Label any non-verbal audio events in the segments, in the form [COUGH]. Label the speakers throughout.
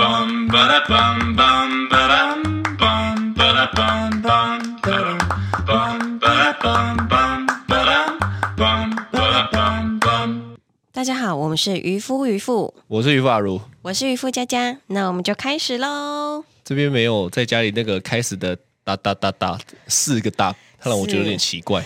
Speaker 1: bum ba da bum bum ba dum bum ba da bum bum ba dum bum ba da bum bum ba dum bum ba da bum bum.
Speaker 2: 大家好，我们是渔夫渔妇，
Speaker 3: 我是于法如，
Speaker 2: 我是渔夫佳佳，那我们就开始喽。
Speaker 3: 这边没有在家里那个开始的哒哒哒哒四个哒，它让我觉得有点奇怪，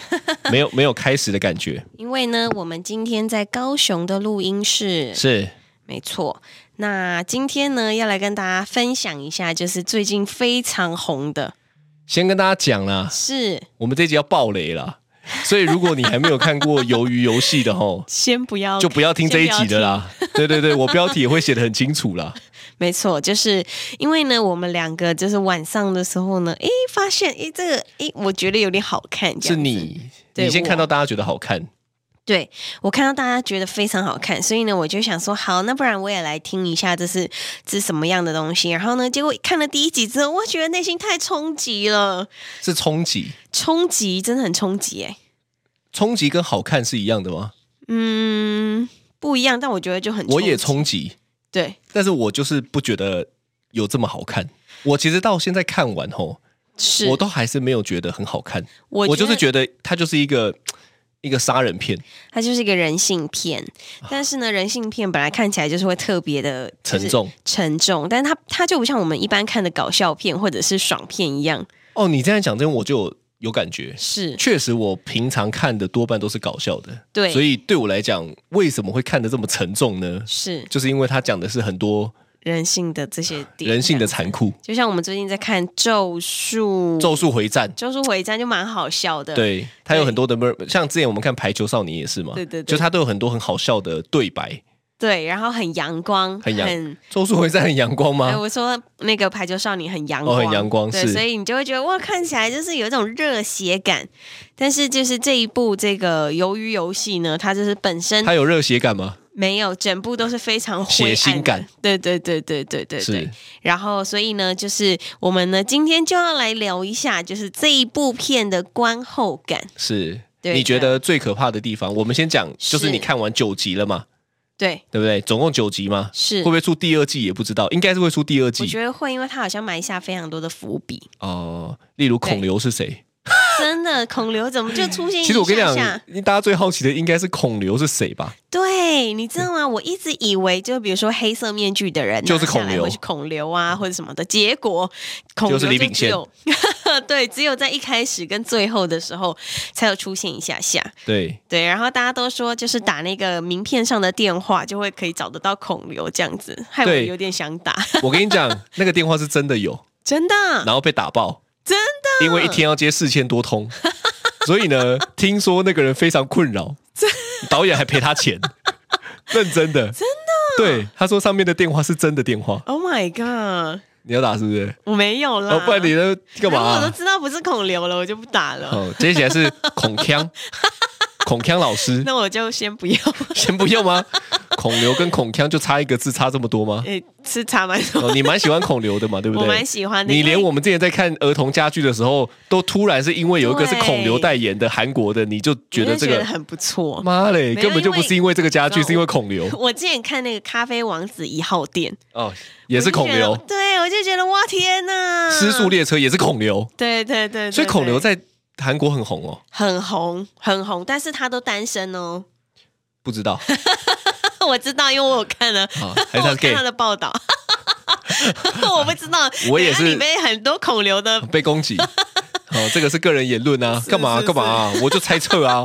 Speaker 3: 没有没有开始的感觉。
Speaker 2: 因为呢，我们今天在高雄的录音室，
Speaker 3: 是
Speaker 2: 没错。那今天呢，要来跟大家分享一下，就是最近非常红的
Speaker 3: 先跟大家讲啦，
Speaker 2: 是，
Speaker 3: 我们这集要爆雷啦，所以如果你还没有看过鱿鱼游戏
Speaker 2: [LAUGHS]
Speaker 3: 的吼，
Speaker 2: 先不要
Speaker 3: 就不要听这一集的
Speaker 2: 啦。
Speaker 3: 啦。对对对，我标题也会写的很清楚
Speaker 2: [LAUGHS]
Speaker 3: 啦。
Speaker 2: 没错，就是因为呢，我们两个就是晚上的时候呢，诶，发现诶，这个诶，我觉得有点好看，这
Speaker 3: 是
Speaker 2: 样子
Speaker 3: 你，
Speaker 2: 对
Speaker 3: 你先
Speaker 2: 我
Speaker 3: 看到大家觉得好看，
Speaker 2: 对我看到大家觉得非常好看，所以呢，我就想说，好，那不然我也来听一下这是这是什么样的东西。然后呢，结果看了第一集之后，我觉得内心太冲击了，
Speaker 3: 是冲击，
Speaker 2: 冲击真的很冲击哎，
Speaker 3: 冲击跟好看是一样的吗？
Speaker 2: 嗯，不一样，但我觉得就很
Speaker 3: 我也
Speaker 2: 击
Speaker 3: 冲击，
Speaker 2: 对，
Speaker 3: 但是我就是不觉得有这么好看。我其实到现在看完吼，
Speaker 2: 是
Speaker 3: 我都还是没有觉得很好看。
Speaker 2: 我
Speaker 3: 我就是
Speaker 2: 得
Speaker 3: 觉得它就是一个一个杀人片，
Speaker 2: 它就是一个人性片，但是呢，人性片本来看起来就是会特别的
Speaker 3: 沉。重。
Speaker 2: 沉重，但它它就不像我们一般看的搞笑片或者是爽片一样，
Speaker 3: 哦，你这样讲，真我就有有感觉。
Speaker 2: 是
Speaker 3: 确实，我平常看的多半都是搞笑的，
Speaker 2: 对
Speaker 3: 所以对我来讲，为什么会看得这么沉重呢？
Speaker 2: 是
Speaker 3: 就是因为它讲的是很多
Speaker 2: 人性的这些点，
Speaker 3: 啊人性的
Speaker 2: 这样
Speaker 3: 残酷，
Speaker 2: 就像我们最近在看《咒术》，
Speaker 3: 《咒术回战》。
Speaker 2: 咒术回战就蛮好笑的，，
Speaker 3: 对，它有
Speaker 2: 对
Speaker 3: 很多的，像之前我们看《排球少年》也是嘛，
Speaker 2: 对对对
Speaker 3: 就它都有很多很好笑的对白。
Speaker 2: 对然后很阳光，
Speaker 3: 很阳《咒术回战》很阳光吗？
Speaker 2: 哎，我说那个排球少女很阳光，
Speaker 3: 哦很阳光
Speaker 2: 对，
Speaker 3: 是
Speaker 2: 所以你就会觉得哇，看起来就是有一种热血感。但是就是这一部这个鱿鱼游戏呢，它就是本身
Speaker 3: 它有热血感吗？
Speaker 2: 没有，整部都是非常灰
Speaker 3: 血
Speaker 2: 暗
Speaker 3: 腥
Speaker 2: 的
Speaker 3: 感，
Speaker 2: 对对对对对对对
Speaker 3: 是。
Speaker 2: 然后，所以呢，就是我们呢今天就要来聊一下，就是这一部片的观后感。
Speaker 3: 是。
Speaker 2: 对
Speaker 3: 你觉
Speaker 2: 的
Speaker 3: 得最可怕的地方，我们先讲，就是
Speaker 2: 是
Speaker 3: 你看完九集了嘛，
Speaker 2: 对，
Speaker 3: 对不对？总共九集嘛，
Speaker 2: 是
Speaker 3: 会不会出第二季也不知道，应该是会出第二
Speaker 2: 我
Speaker 3: 季
Speaker 2: 觉得会，因为它好像埋下非常多的伏笔。
Speaker 3: 哦、例如孔刘是谁？
Speaker 2: 真的，孔刘怎么就出现一下下？
Speaker 3: 其实我跟你讲，大家最好奇的应该是孔刘是谁吧？
Speaker 2: 对，你知道吗？我一直以为，就比如说黑色面具的人
Speaker 3: 就是
Speaker 2: 拿下
Speaker 3: 孔
Speaker 2: 来
Speaker 3: 刘
Speaker 2: 会是孔刘啊，或者什么的。结果孔刘
Speaker 3: 就是李秉宪
Speaker 2: 只有， [LAUGHS] 对，只有在一开始跟最后的时候才有出现一下下。
Speaker 3: 对，
Speaker 2: 对，然后大家都说，就是打那个名片上的电话，就会可以找得到孔刘这样子，害我
Speaker 3: 对
Speaker 2: 有点想打， [LAUGHS]
Speaker 3: 我跟你讲，那个电话是真的有，
Speaker 2: 真的，
Speaker 3: 然后被打爆，
Speaker 2: 真
Speaker 3: 的，因为一天要接四千多通，所以呢，听说那个人非常困扰，导演还赔
Speaker 2: [LAUGHS]
Speaker 3: 他钱，认真的，真的，对，他说上面的电话是真的电话，
Speaker 2: ，Oh my god，
Speaker 3: 你要打是不是？
Speaker 2: 我没有啦，
Speaker 3: 哦，不然你呢？干嘛、
Speaker 2: 如啊果我都知道不是孔刘了，我就不打了，
Speaker 3: 哦，接起
Speaker 2: [LAUGHS]
Speaker 3: 来是孔锵，孔锵老师，
Speaker 2: 那我就先不要， [LAUGHS]
Speaker 3: 先不用吗？孔刘跟孔锵就差一个字，差这么
Speaker 2: [LAUGHS]
Speaker 3: 多吗？
Speaker 2: 诶，哎吃茶蛮多，
Speaker 3: 哦，你蛮喜欢孔刘的嘛，对不对？
Speaker 2: 我蛮喜欢的，
Speaker 3: 你
Speaker 2: 因为
Speaker 3: 连我们之前在看儿童家剧的时候，都突然是因为有一个是孔刘代言的韩国的，你就觉
Speaker 2: 我
Speaker 3: 得
Speaker 2: 就
Speaker 3: 这
Speaker 2: 觉得
Speaker 3: 个
Speaker 2: 很不错。
Speaker 3: 妈嘞，
Speaker 2: 没有
Speaker 3: 根本就不是因为这个家
Speaker 2: 因
Speaker 3: 剧，
Speaker 2: 为
Speaker 3: 是因为孔刘
Speaker 2: 我之前看那个《咖啡王子一号店》，
Speaker 3: 哦，也是孔
Speaker 2: 我
Speaker 3: 刘
Speaker 2: 就觉，得嗯对我就觉得哇天哪，
Speaker 3: 《失速列车》也是孔刘，
Speaker 2: 对，对对对
Speaker 3: 所以孔刘
Speaker 2: 对
Speaker 3: 在韩国很红哦，
Speaker 2: 很红很红，但是他都单身哦。 [LAUGHS]
Speaker 3: 不知道
Speaker 2: 我知道，因为我有看了，
Speaker 3: 啊，还是
Speaker 2: 我
Speaker 3: 他是
Speaker 2: 看
Speaker 3: gay
Speaker 2: 他的报道， [LAUGHS] 我不知道。
Speaker 3: 我也是
Speaker 2: 等一下里面很多孔刘的，
Speaker 3: 被攻击。哦，这个是个人言论啊，干嘛
Speaker 2: 是
Speaker 3: 干嘛啊？我就猜测啊。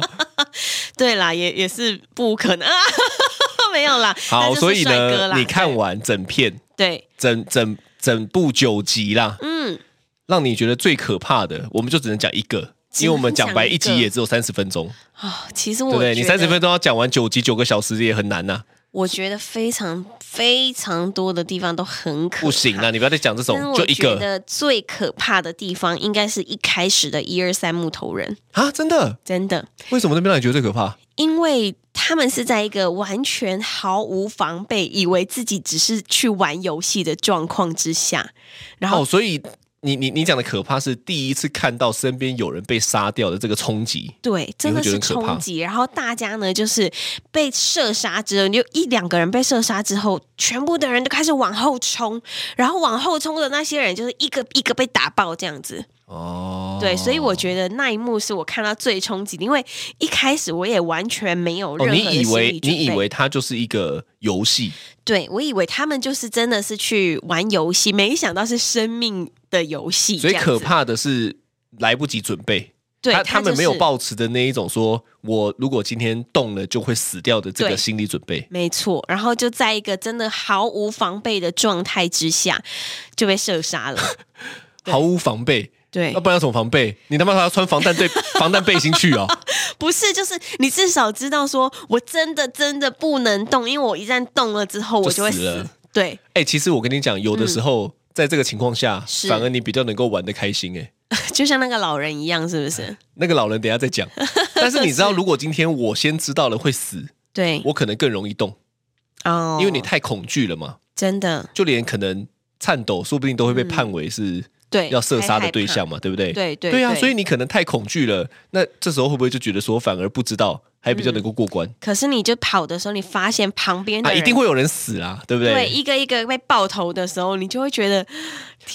Speaker 2: 对啦，也也是不可能啊， [LAUGHS] 没有啦。 [LAUGHS] 那
Speaker 3: 好，
Speaker 2: 就是
Speaker 3: 所以
Speaker 2: 帅哥
Speaker 3: 呢，
Speaker 2: 啦
Speaker 3: 你看完整片、
Speaker 2: 对，
Speaker 3: 整整整部九集啦，
Speaker 2: 嗯，
Speaker 3: 让你觉得最可怕的，我们就只能讲一个，
Speaker 2: 只能
Speaker 3: 因为我们讲
Speaker 2: 讲
Speaker 3: 白
Speaker 2: 一
Speaker 3: 一
Speaker 2: 个
Speaker 3: 集也只有三十分钟，
Speaker 2: 哦，其实
Speaker 3: 对
Speaker 2: 我
Speaker 3: 不对？你
Speaker 2: 觉
Speaker 3: 三十
Speaker 2: 得
Speaker 3: 分钟要讲完九集九个小时也很难呐，
Speaker 2: 我觉得非常非常多的地方都很可怕
Speaker 3: 不行啊！你不要再讲这
Speaker 2: 但是
Speaker 3: 种，
Speaker 2: 我
Speaker 3: 就一
Speaker 2: 觉
Speaker 3: 个
Speaker 2: 得最可怕的地方，应该是一开始的一二三木头人，
Speaker 3: 啊，真的？
Speaker 2: 真的，
Speaker 3: 为什么那边让你觉得最可怕？
Speaker 2: 因为他们是在一个完全毫无防备，以为自己只是去玩游戏的状况之下，然后
Speaker 3: 哦，所以你你你讲的可怕是第一次看到身边有人被杀掉的这个冲击，
Speaker 2: 对，真的
Speaker 3: 觉得
Speaker 2: 是
Speaker 3: 很可怕
Speaker 2: 冲击。然后大家呢，就是被射杀之后，你就一两个人被射杀之后，全部的人都开始往后冲，然后往后冲的那些人就是一个一个被打爆这样子。
Speaker 3: 哦，
Speaker 2: 对，所以我觉得那一幕是我看到最冲击的，因为一开始我也完全没有任
Speaker 3: 哦，
Speaker 2: 何的心
Speaker 3: 你
Speaker 2: 理
Speaker 3: 以为
Speaker 2: 准备
Speaker 3: 你以为它就是一个游戏，
Speaker 2: 对我以为他们就是真的是去玩游戏，没想到是生命的游戏，
Speaker 3: 所以
Speaker 2: 这样
Speaker 3: 可
Speaker 2: 子。
Speaker 3: 怕的是来不及准备。
Speaker 2: 对
Speaker 3: 他他们没有
Speaker 2: 就是
Speaker 3: 抱持的那一种说，我如果今天动了就会死掉的这个
Speaker 2: 对
Speaker 3: 心理准备。
Speaker 2: 没错，然后就在一个真的毫无防备的状态之下就被射杀
Speaker 3: [LAUGHS]
Speaker 2: 了。对
Speaker 3: 毫无防备，
Speaker 2: 对
Speaker 3: 那、，不然要怎么防备？你他妈还要穿防弹
Speaker 2: [LAUGHS]
Speaker 3: 队防弹背心去哦？
Speaker 2: 不是，就是你至少知道说，我真的真的不能动，因为我一旦动了之后，我就会
Speaker 3: 就死了
Speaker 2: 死。对， [LAUGHS]
Speaker 3: 哎、其实我跟你讲，有的时候、在这个情况下，
Speaker 2: 嗯是
Speaker 3: 反而你比较能够玩的开心、哎，
Speaker 2: 就像那个老人一样，是不是？
Speaker 3: 那个老人等一下
Speaker 2: [LAUGHS]
Speaker 3: 再讲。但是你知道，如果今天我先知道了会死，
Speaker 2: 对，
Speaker 3: 我可能更容易动，
Speaker 2: 哦，
Speaker 3: 因为你太恐惧了嘛。
Speaker 2: 真的
Speaker 3: 就连可能颤抖，说不定都会被判为是
Speaker 2: 对
Speaker 3: 要射杀的对象，嘛，对不
Speaker 2: 还害怕
Speaker 3: 对？
Speaker 2: 嗯对对
Speaker 3: 对啊，所以你可能太恐惧了，那这时候会不会就觉得说反而不知道，还比较能够过关？
Speaker 2: 可是你就跑的时候，你发现旁边的
Speaker 3: 啊，
Speaker 2: 人
Speaker 3: 一定会有人死啦，对不
Speaker 2: 嗯对
Speaker 3: 对？
Speaker 2: 一个一个被爆头的时候，你就会觉得啊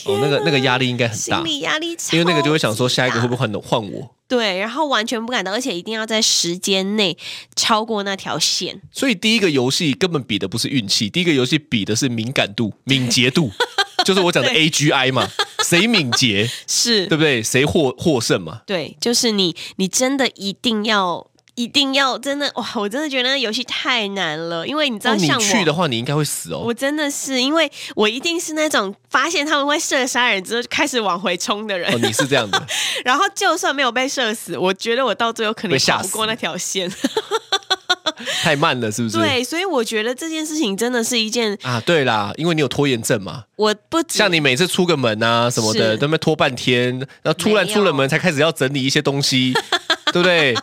Speaker 3: 哦，那个那个压力应该很
Speaker 2: 心
Speaker 3: 大，
Speaker 2: 理压力，
Speaker 3: 因为那个就会想说下一个会不会换换我？
Speaker 2: 对，然后完全不敢动，而且一定要在时间内超过那条线。
Speaker 3: 所以第一个游戏根本比的不是运气，第一个游戏比的是敏感度、敏
Speaker 2: [LAUGHS]
Speaker 3: 捷度，就是我讲的 AGI 嘛，谁敏捷，
Speaker 2: 是
Speaker 3: 对不对？谁获获胜嘛？哦
Speaker 2: 对，就是你，你真的一定要，一定要，真的哇！我真的觉得那游戏太难了，因为你知
Speaker 3: 哦，
Speaker 2: 道，
Speaker 3: 你
Speaker 2: 像
Speaker 3: 去
Speaker 2: 我，
Speaker 3: 的话，你应该会死哦。
Speaker 2: 我真的是因为我一定是那种发现他们会射杀人之后就开始往回冲的人，
Speaker 3: 哦，你是这样的，
Speaker 2: 然后就算没有被射死，我觉得我到最后可能
Speaker 3: 被吓
Speaker 2: 跑不过
Speaker 3: 死
Speaker 2: 那条线。
Speaker 3: 太慢了，是不是？
Speaker 2: 对，所以我觉得这件事情真的是一件
Speaker 3: 啊，对啦，因为你有拖延症嘛，
Speaker 2: 我不止
Speaker 3: 像你每次出个门啊什么的，
Speaker 2: 是
Speaker 3: 都被拖半天，然后突然
Speaker 2: 没有
Speaker 3: 出了门才开始要整理一些
Speaker 2: [LAUGHS]
Speaker 3: 东西，对不对？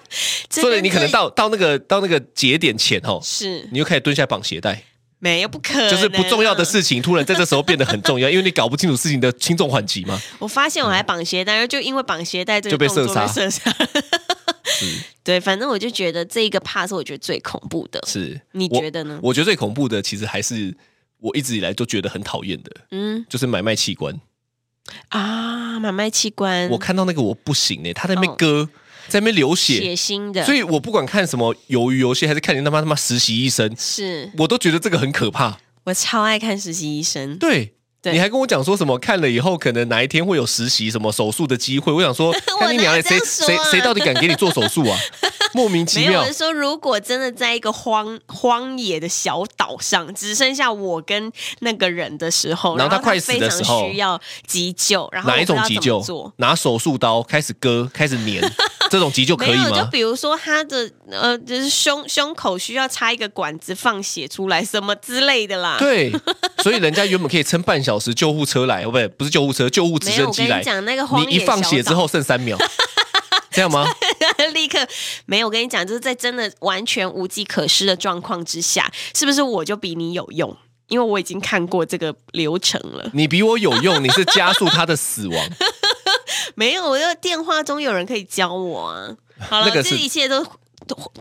Speaker 2: 这
Speaker 3: 所以
Speaker 2: 跟
Speaker 3: 你可能
Speaker 2: 这
Speaker 3: 到到那个到那个节点前哦，
Speaker 2: 是
Speaker 3: 你就开始蹲下来绑鞋带，
Speaker 2: 没有不可能，啊
Speaker 3: 就是不重要的。事情
Speaker 2: 嗯
Speaker 3: 突然在这时候变得很重要，因为你搞不清楚事情的轻重缓急嘛。
Speaker 2: 我发现我还绑鞋带，然后就因为绑鞋带这
Speaker 3: 嗯就
Speaker 2: 个
Speaker 3: 被
Speaker 2: 动作
Speaker 3: 射杀
Speaker 2: 被射
Speaker 3: [LAUGHS]
Speaker 2: 杀。 [LAUGHS] 对，反正我就觉得这一个怕是我觉得最恐怖的。
Speaker 3: 是，
Speaker 2: 嗯你
Speaker 3: 我
Speaker 2: 觉得呢
Speaker 3: 我觉得最恐怖的其实还是我一直以来都觉得很讨厌的，
Speaker 2: 嗯
Speaker 3: 就是买卖器官。
Speaker 2: 啊，买卖器官，
Speaker 3: 我看到那个我不行呢、欸他在那边
Speaker 2: 哦
Speaker 3: 割，在那边流
Speaker 2: 血腥的，
Speaker 3: 所以我不管看什么鱿鱼游戏，还是看你他妈他妈实习医生，
Speaker 2: 是
Speaker 3: 我都觉得这个很可怕。
Speaker 2: 我超爱看实习医生。
Speaker 3: 对。
Speaker 2: 对
Speaker 3: 你还跟我讲说什么？看了以后，可能哪一天会有实习什么手术的机会。我
Speaker 2: [LAUGHS]
Speaker 3: 想说，
Speaker 2: 哪
Speaker 3: 看你娘嘞，
Speaker 2: 有这样
Speaker 3: 谁谁
Speaker 2: 说啊
Speaker 3: 谁到底敢给你做手
Speaker 2: [LAUGHS]
Speaker 3: 术啊？莫名其
Speaker 2: 没有，
Speaker 3: 妙
Speaker 2: 我是。说，如果真的在一个荒荒野的小岛上，只剩下我跟那个人的时候，
Speaker 3: 然后他
Speaker 2: 他
Speaker 3: 快死的时候
Speaker 2: 非常需要急救，然后我
Speaker 3: 哪一
Speaker 2: 不知
Speaker 3: 种
Speaker 2: 道怎
Speaker 3: 急
Speaker 2: 么
Speaker 3: 救
Speaker 2: 做？
Speaker 3: 拿手术刀开始割，开始粘，
Speaker 2: [LAUGHS]
Speaker 3: 这种急救可
Speaker 2: 没
Speaker 3: 以
Speaker 2: 有，就
Speaker 3: 吗？
Speaker 2: 比如说他的呃，就是胸胸口需要插一个管子放血出来，什么之类的啦。，
Speaker 3: 对，所以人家原本可以撑半小时，救护车来，不对，不是救护车，救护直
Speaker 2: 没
Speaker 3: 升
Speaker 2: 有，我
Speaker 3: 机
Speaker 2: 跟
Speaker 3: 来
Speaker 2: 你，讲，那个荒野
Speaker 3: 你一放
Speaker 2: 小
Speaker 3: 血之
Speaker 2: 岛
Speaker 3: 后剩
Speaker 2: [LAUGHS]
Speaker 3: 三秒，这样吗？
Speaker 2: [LAUGHS] 立刻没有。我跟你讲，就是在真的完全无计可施的状况之下，是不是我就比你有用？因为我已经看过这个流程了。 [LAUGHS]
Speaker 3: 你比我有用，你是加速他的死亡。
Speaker 2: 没有，我就电话中有人可以教我啊。好了，
Speaker 3: 那个
Speaker 2: 这
Speaker 3: 是
Speaker 2: 一切都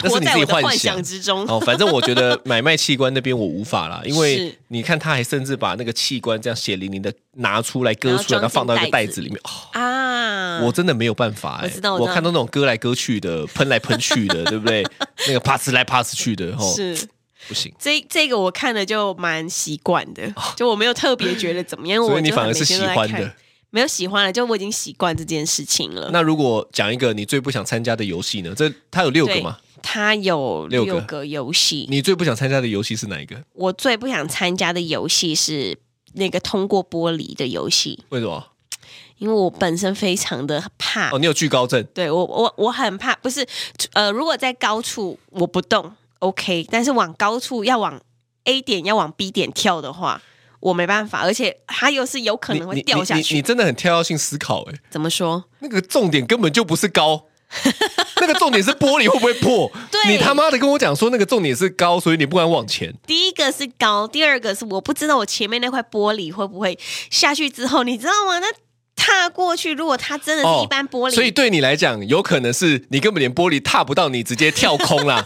Speaker 3: 那是
Speaker 2: 活
Speaker 3: 你
Speaker 2: 在
Speaker 3: 自己
Speaker 2: 我的
Speaker 3: 幻
Speaker 2: 幻
Speaker 3: 想
Speaker 2: 想之中。
Speaker 3: 哦，反正我觉得买卖器官那边我无法啦，因为
Speaker 2: 是
Speaker 3: 你看他还甚至把那个器官这样血淋淋的拿出来割出来，然
Speaker 2: 然
Speaker 3: 后
Speaker 2: 后
Speaker 3: 放到一个
Speaker 2: 装
Speaker 3: 袋
Speaker 2: 进
Speaker 3: 子里面。哦
Speaker 2: 啊，
Speaker 3: 我真的没有办法哎、
Speaker 2: 我知道我知
Speaker 3: 我
Speaker 2: 道
Speaker 3: 看到那种割来割去的、喷来喷
Speaker 2: [LAUGHS]
Speaker 3: 去的，对不对？那个啪呲来啪呲去的，哦，
Speaker 2: 是。
Speaker 3: 不行。
Speaker 2: 这这个我看了就蛮习惯的，就我没有特别觉得怎么样，因为
Speaker 3: 哦所
Speaker 2: 我
Speaker 3: 以你
Speaker 2: 就
Speaker 3: 反而
Speaker 2: 每
Speaker 3: 是
Speaker 2: 天
Speaker 3: 喜
Speaker 2: 都在
Speaker 3: 欢
Speaker 2: 看
Speaker 3: 的。，
Speaker 2: 没有喜欢了，就我已经习惯这件事情了。
Speaker 3: 那如果讲一个你最不想参加的游戏呢？这它有六个
Speaker 2: 对
Speaker 3: 嘛？
Speaker 2: 它有
Speaker 3: 六个
Speaker 2: 六个游戏，
Speaker 3: 你最不想参加的游戏是哪一个？
Speaker 2: 我最不想参加的游戏是那个通过玻璃的游戏，
Speaker 3: 为什么？
Speaker 2: 因为我本身非常的怕。
Speaker 3: 哦，你有惧高症，
Speaker 2: 对我，我我很怕，不是呃，如果在高处我不动，OK，但是往高处要往 A 点要往 B 点跳的话，我没办法，而且它又是有可
Speaker 3: 你
Speaker 2: 能
Speaker 3: 你
Speaker 2: 会
Speaker 3: 你
Speaker 2: 掉下
Speaker 3: 你你
Speaker 2: 去。
Speaker 3: 真的很跳跃性思考哎、
Speaker 2: 怎么说？
Speaker 3: 那个重点根本就不是高， [LAUGHS] 那个重点是玻璃会不会破。
Speaker 2: 对
Speaker 3: 你他妈的跟我讲说那个重点是高，所以你不敢往前。
Speaker 2: 第一个是高，第二个是我不知道我前面那块玻璃会不会下去之后，你知道吗？那踏过去，如果它真的是一般玻璃，
Speaker 3: 哦所以对你来讲，有可能是你根本连玻璃踏不到，你直接跳空
Speaker 2: [LAUGHS]
Speaker 3: 啦。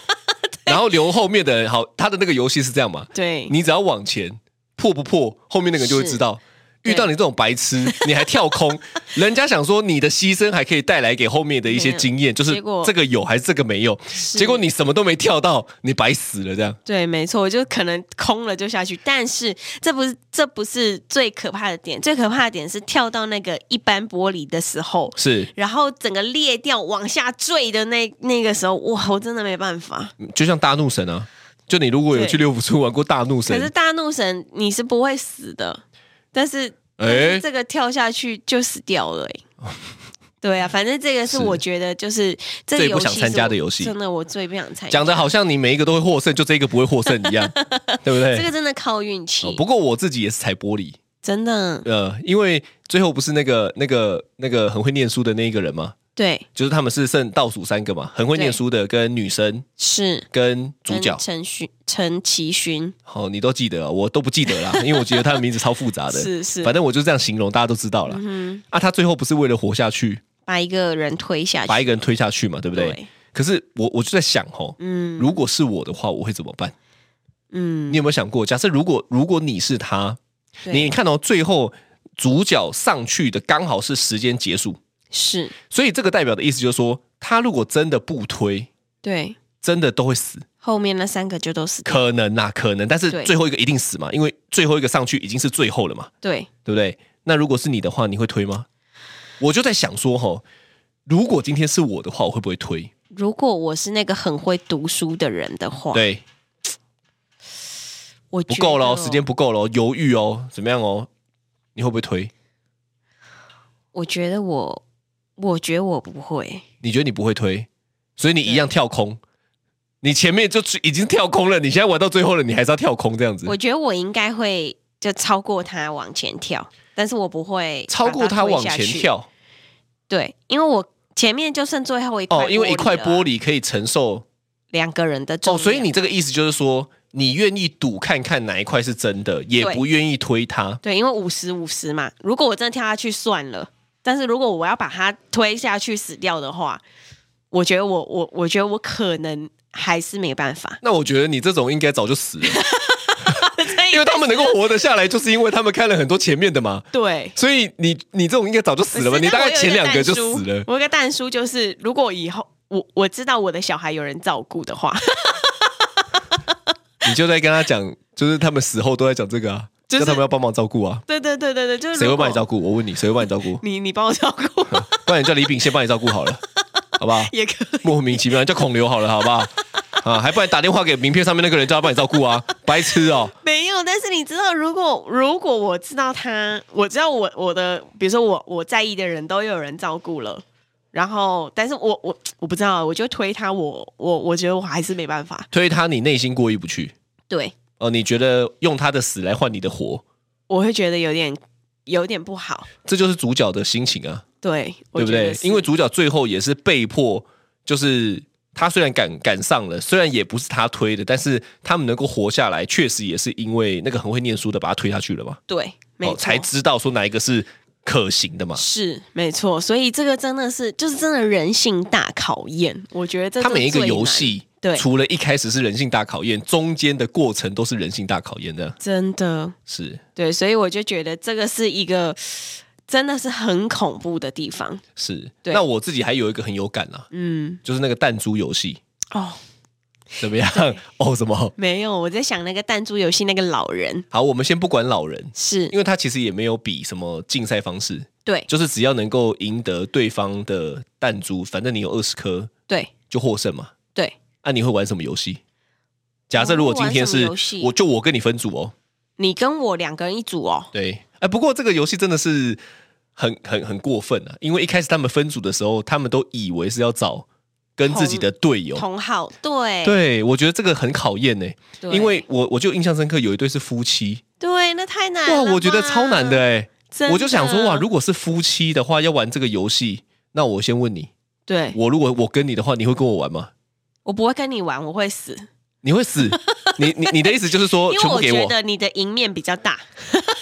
Speaker 3: 然后留后面的人，好，他的那个游戏是这样嘛？
Speaker 2: 对
Speaker 3: 你只要往前破不破，后面那个人就会知道。
Speaker 2: 对
Speaker 3: 遇到你这种白痴，你还跳空，人家想说你的牺牲还可以带来给后面的一些经验，就是
Speaker 2: 结果
Speaker 3: 这个有还是这个没有，结果你什么都没跳到，你白死了这样。
Speaker 2: 对，没错，我就可能空了就下去，但是这不是这不是最可怕的点，最可怕的点是跳到那个一般玻璃的时候，
Speaker 3: 是，
Speaker 2: 然后整个裂掉往下坠的那那个时候，哇，我真的没办法。
Speaker 3: 就像大怒神啊，就你如果有
Speaker 2: 对
Speaker 3: 去六福村玩过大怒
Speaker 2: 可是
Speaker 3: 神，
Speaker 2: 大怒神你是不会死的，但是但
Speaker 3: 哎
Speaker 2: 是这个跳下去就死掉了、欸。对啊，反正这个是
Speaker 3: 是
Speaker 2: 我觉得就是这个
Speaker 3: 最不
Speaker 2: 游戏
Speaker 3: 想
Speaker 2: 是
Speaker 3: 参加
Speaker 2: 我
Speaker 3: 的游戏
Speaker 2: 真的我最不想参加。
Speaker 3: 讲的好像你每一个都会获胜，就这一个不会获胜一
Speaker 2: [LAUGHS]
Speaker 3: 样，对不对？
Speaker 2: 这个真的靠运气，
Speaker 3: 哦不过我自己也是踩玻璃，
Speaker 2: 真的
Speaker 3: 呃，因为最后不是那个那个那个很会念书的那一个人吗？
Speaker 2: 对
Speaker 3: 就是他们是剩倒数三个嘛，很会念书的跟女生
Speaker 2: 是
Speaker 3: 跟主
Speaker 2: 跟
Speaker 3: 角，
Speaker 2: 陈勋陈其勋
Speaker 3: 哦，你都记得啊，我都不
Speaker 2: [LAUGHS]
Speaker 3: 记得啦，因为我觉得他的名字超复杂的，
Speaker 2: 是是嗯
Speaker 3: 反正我就这样形容，大家都知道啦。啊，他最后不是为了活下去，
Speaker 2: 把一个人推下去，
Speaker 3: 把一个人推下去嘛，对不对？
Speaker 2: 对
Speaker 3: 可是我我就在想吼，
Speaker 2: 嗯
Speaker 3: 如果是我的话，我会怎么办？
Speaker 2: 嗯，
Speaker 3: 你有没有想过，假设如果如果你是他，
Speaker 2: 对
Speaker 3: 你看到、最后主角上去的刚好是时间结束，
Speaker 2: 是
Speaker 3: 所以这个代表的意思就是说，他如果真的不推，
Speaker 2: 对
Speaker 3: 真的都会死，
Speaker 2: 后面那三个就都死掉，
Speaker 3: 可能啦，可能，但是
Speaker 2: 对
Speaker 3: 最后一个一定死嘛，因为最后一个上去已经是最后了嘛，
Speaker 2: 对
Speaker 3: 对不对？那如果是你的话，你会推吗？我就在想说，吼，如果今天是我的话，我会不会推？
Speaker 2: 如果我是那个很会读书的人的话，
Speaker 3: 对，
Speaker 2: 我
Speaker 3: 不
Speaker 2: 觉
Speaker 3: 够
Speaker 2: 得
Speaker 3: 喽，
Speaker 2: 哦
Speaker 3: 时间不够喽，犹豫哦，怎么样哦？你会不会推？
Speaker 2: 我觉得我，我觉得我不会，
Speaker 3: 你觉得你不会推，所以你一样跳空。你前面就已经跳空了，你现在玩到最后了，你还是要跳空这样子。
Speaker 2: 我觉得我应该会就超过他往前跳，但是我不会
Speaker 3: 超过他
Speaker 2: 把它推
Speaker 3: 往
Speaker 2: 下
Speaker 3: 前
Speaker 2: 去。
Speaker 3: 跳
Speaker 2: 对，因为我前面就剩最后一块
Speaker 3: 哦，因为一块玻
Speaker 2: 璃了
Speaker 3: 璃可以承受
Speaker 2: 两个人的重
Speaker 3: 哦，
Speaker 2: 量，
Speaker 3: 所以你这个意思就是说，你愿意赌看看哪一块是真的，也
Speaker 2: 对
Speaker 3: 不愿意推它。
Speaker 2: 对，因为五十五十嘛，如果我真的跳下去算了，但是如果我要把它推下去死掉的话，我觉得我我我觉得我可能还是没办法，
Speaker 3: 那我觉得你这种应该早就死
Speaker 2: [LAUGHS]
Speaker 3: 了， [LAUGHS] 因
Speaker 2: 因
Speaker 3: 为他们能够活得下来，就是因为他们看了很多前面的嘛。
Speaker 2: 对。
Speaker 3: 所以你你这种应该早就死了吧？
Speaker 2: 不是
Speaker 3: 你大
Speaker 2: 但
Speaker 3: 概
Speaker 2: 我有
Speaker 3: 前
Speaker 2: 一
Speaker 3: 两个
Speaker 2: 蛋
Speaker 3: 就
Speaker 2: 叔
Speaker 3: 死了。
Speaker 2: 我有一个蛋叔就是，如果以后我我知道我的小孩有人照顾的话， [LAUGHS]
Speaker 3: 你就在跟他讲，就是他们死后都在讲这个啊，
Speaker 2: 就是
Speaker 3: 叫他们要帮忙照顾啊。
Speaker 2: 对对对对对，就是
Speaker 3: 谁会帮你照
Speaker 2: 顾？？
Speaker 3: 顾？我问你，谁会帮你照顾
Speaker 2: 你你帮我照顾 [LAUGHS]
Speaker 3: [LAUGHS] 不然你叫李炳宪帮你照顾好了，好不好？
Speaker 2: 也可以。
Speaker 3: 莫名其妙叫孔刘好了，好不好？啊，还不然打电话给名片上面那个人，叫他帮你照顾啊，白痴哦、
Speaker 2: 没有，但是你知道，如果如果我知道他，我知道我我的，比如说我我在意的人都有人照顾了，然后，但是我我我不知道，我就推他，我我我觉得我还是没办法，
Speaker 3: 推他，你内心过意不去
Speaker 2: 对，
Speaker 3: 哦、你觉得用他的死来换你的活，
Speaker 2: 我会觉得有点有点不好，
Speaker 3: 这就是主角的心情啊，
Speaker 2: 对，我
Speaker 3: 对不
Speaker 2: 觉
Speaker 3: 对
Speaker 2: 得？是
Speaker 3: 因为主角最后也是被迫，就是他虽然赶赶上了，虽然也不是他推的，但是他们能够活下来，确实也是因为那个很会念书的把他推下去了嘛，
Speaker 2: 对，没
Speaker 3: 哦，
Speaker 2: 错，
Speaker 3: 才知道说哪一个是可行的嘛。
Speaker 2: 是没错，所以这个真的是就是真的人性大考验，我觉得这
Speaker 3: 它
Speaker 2: 是
Speaker 3: 每一个
Speaker 2: 最
Speaker 3: 游
Speaker 2: 难
Speaker 3: 戏，
Speaker 2: 对
Speaker 3: 除了一开始是人性大考验，中间的过程都是人性大考验的，
Speaker 2: 真的
Speaker 3: 是
Speaker 2: 对，所以我就觉得这个是一个真的是很恐怖的地方。
Speaker 3: 是。
Speaker 2: 对
Speaker 3: 那我自己还有一个很有感啊，
Speaker 2: 嗯，
Speaker 3: 就是那个弹珠游戏
Speaker 2: 哦，[LAUGHS]
Speaker 3: 怎么样？哦，什么？
Speaker 2: 没有，我在想那个弹珠游戏那个老人
Speaker 3: 好，我们先不管老人，
Speaker 2: 是
Speaker 3: 因为他其实也没有比什么竞赛方式，
Speaker 2: 对
Speaker 3: 就是只要能够赢得对方的弹珠，反正你有二十颗
Speaker 2: 对
Speaker 3: 就获胜嘛。
Speaker 2: 对，
Speaker 3: 啊，你会玩什么游戏？假设如果今天
Speaker 2: 我会玩
Speaker 3: 是
Speaker 2: 什么游戏
Speaker 3: 我就我跟你分组哦，
Speaker 2: 你跟我两个人一组哦，
Speaker 3: 对，哎，不过这个游戏真的是很很很过分啊！因为一开始他们分组的时候，他们都以为是要找跟自己的队友。
Speaker 2: 同号对
Speaker 3: 对，我觉得这个很考验呢、
Speaker 2: 对
Speaker 3: 因为我我就印象深刻，有一对是夫妻，
Speaker 2: 对，那太难
Speaker 3: 哇
Speaker 2: 了，
Speaker 3: 我觉得超难的
Speaker 2: 吧，
Speaker 3: 哎、
Speaker 2: 啊真
Speaker 3: 我就想说，
Speaker 2: 的
Speaker 3: 哇，如果是夫妻的话，要玩这个游戏，那我先问你，
Speaker 2: 对我
Speaker 3: 我如果我跟你的话，你会跟我玩吗？
Speaker 2: 不会跟你玩，我会死。 [LAUGHS]
Speaker 3: 你会死？你你你的意思就是说
Speaker 2: 因为
Speaker 3: 哦全部
Speaker 2: 我
Speaker 3: 给
Speaker 2: 觉
Speaker 3: 我？
Speaker 2: 得你的赢面比较大。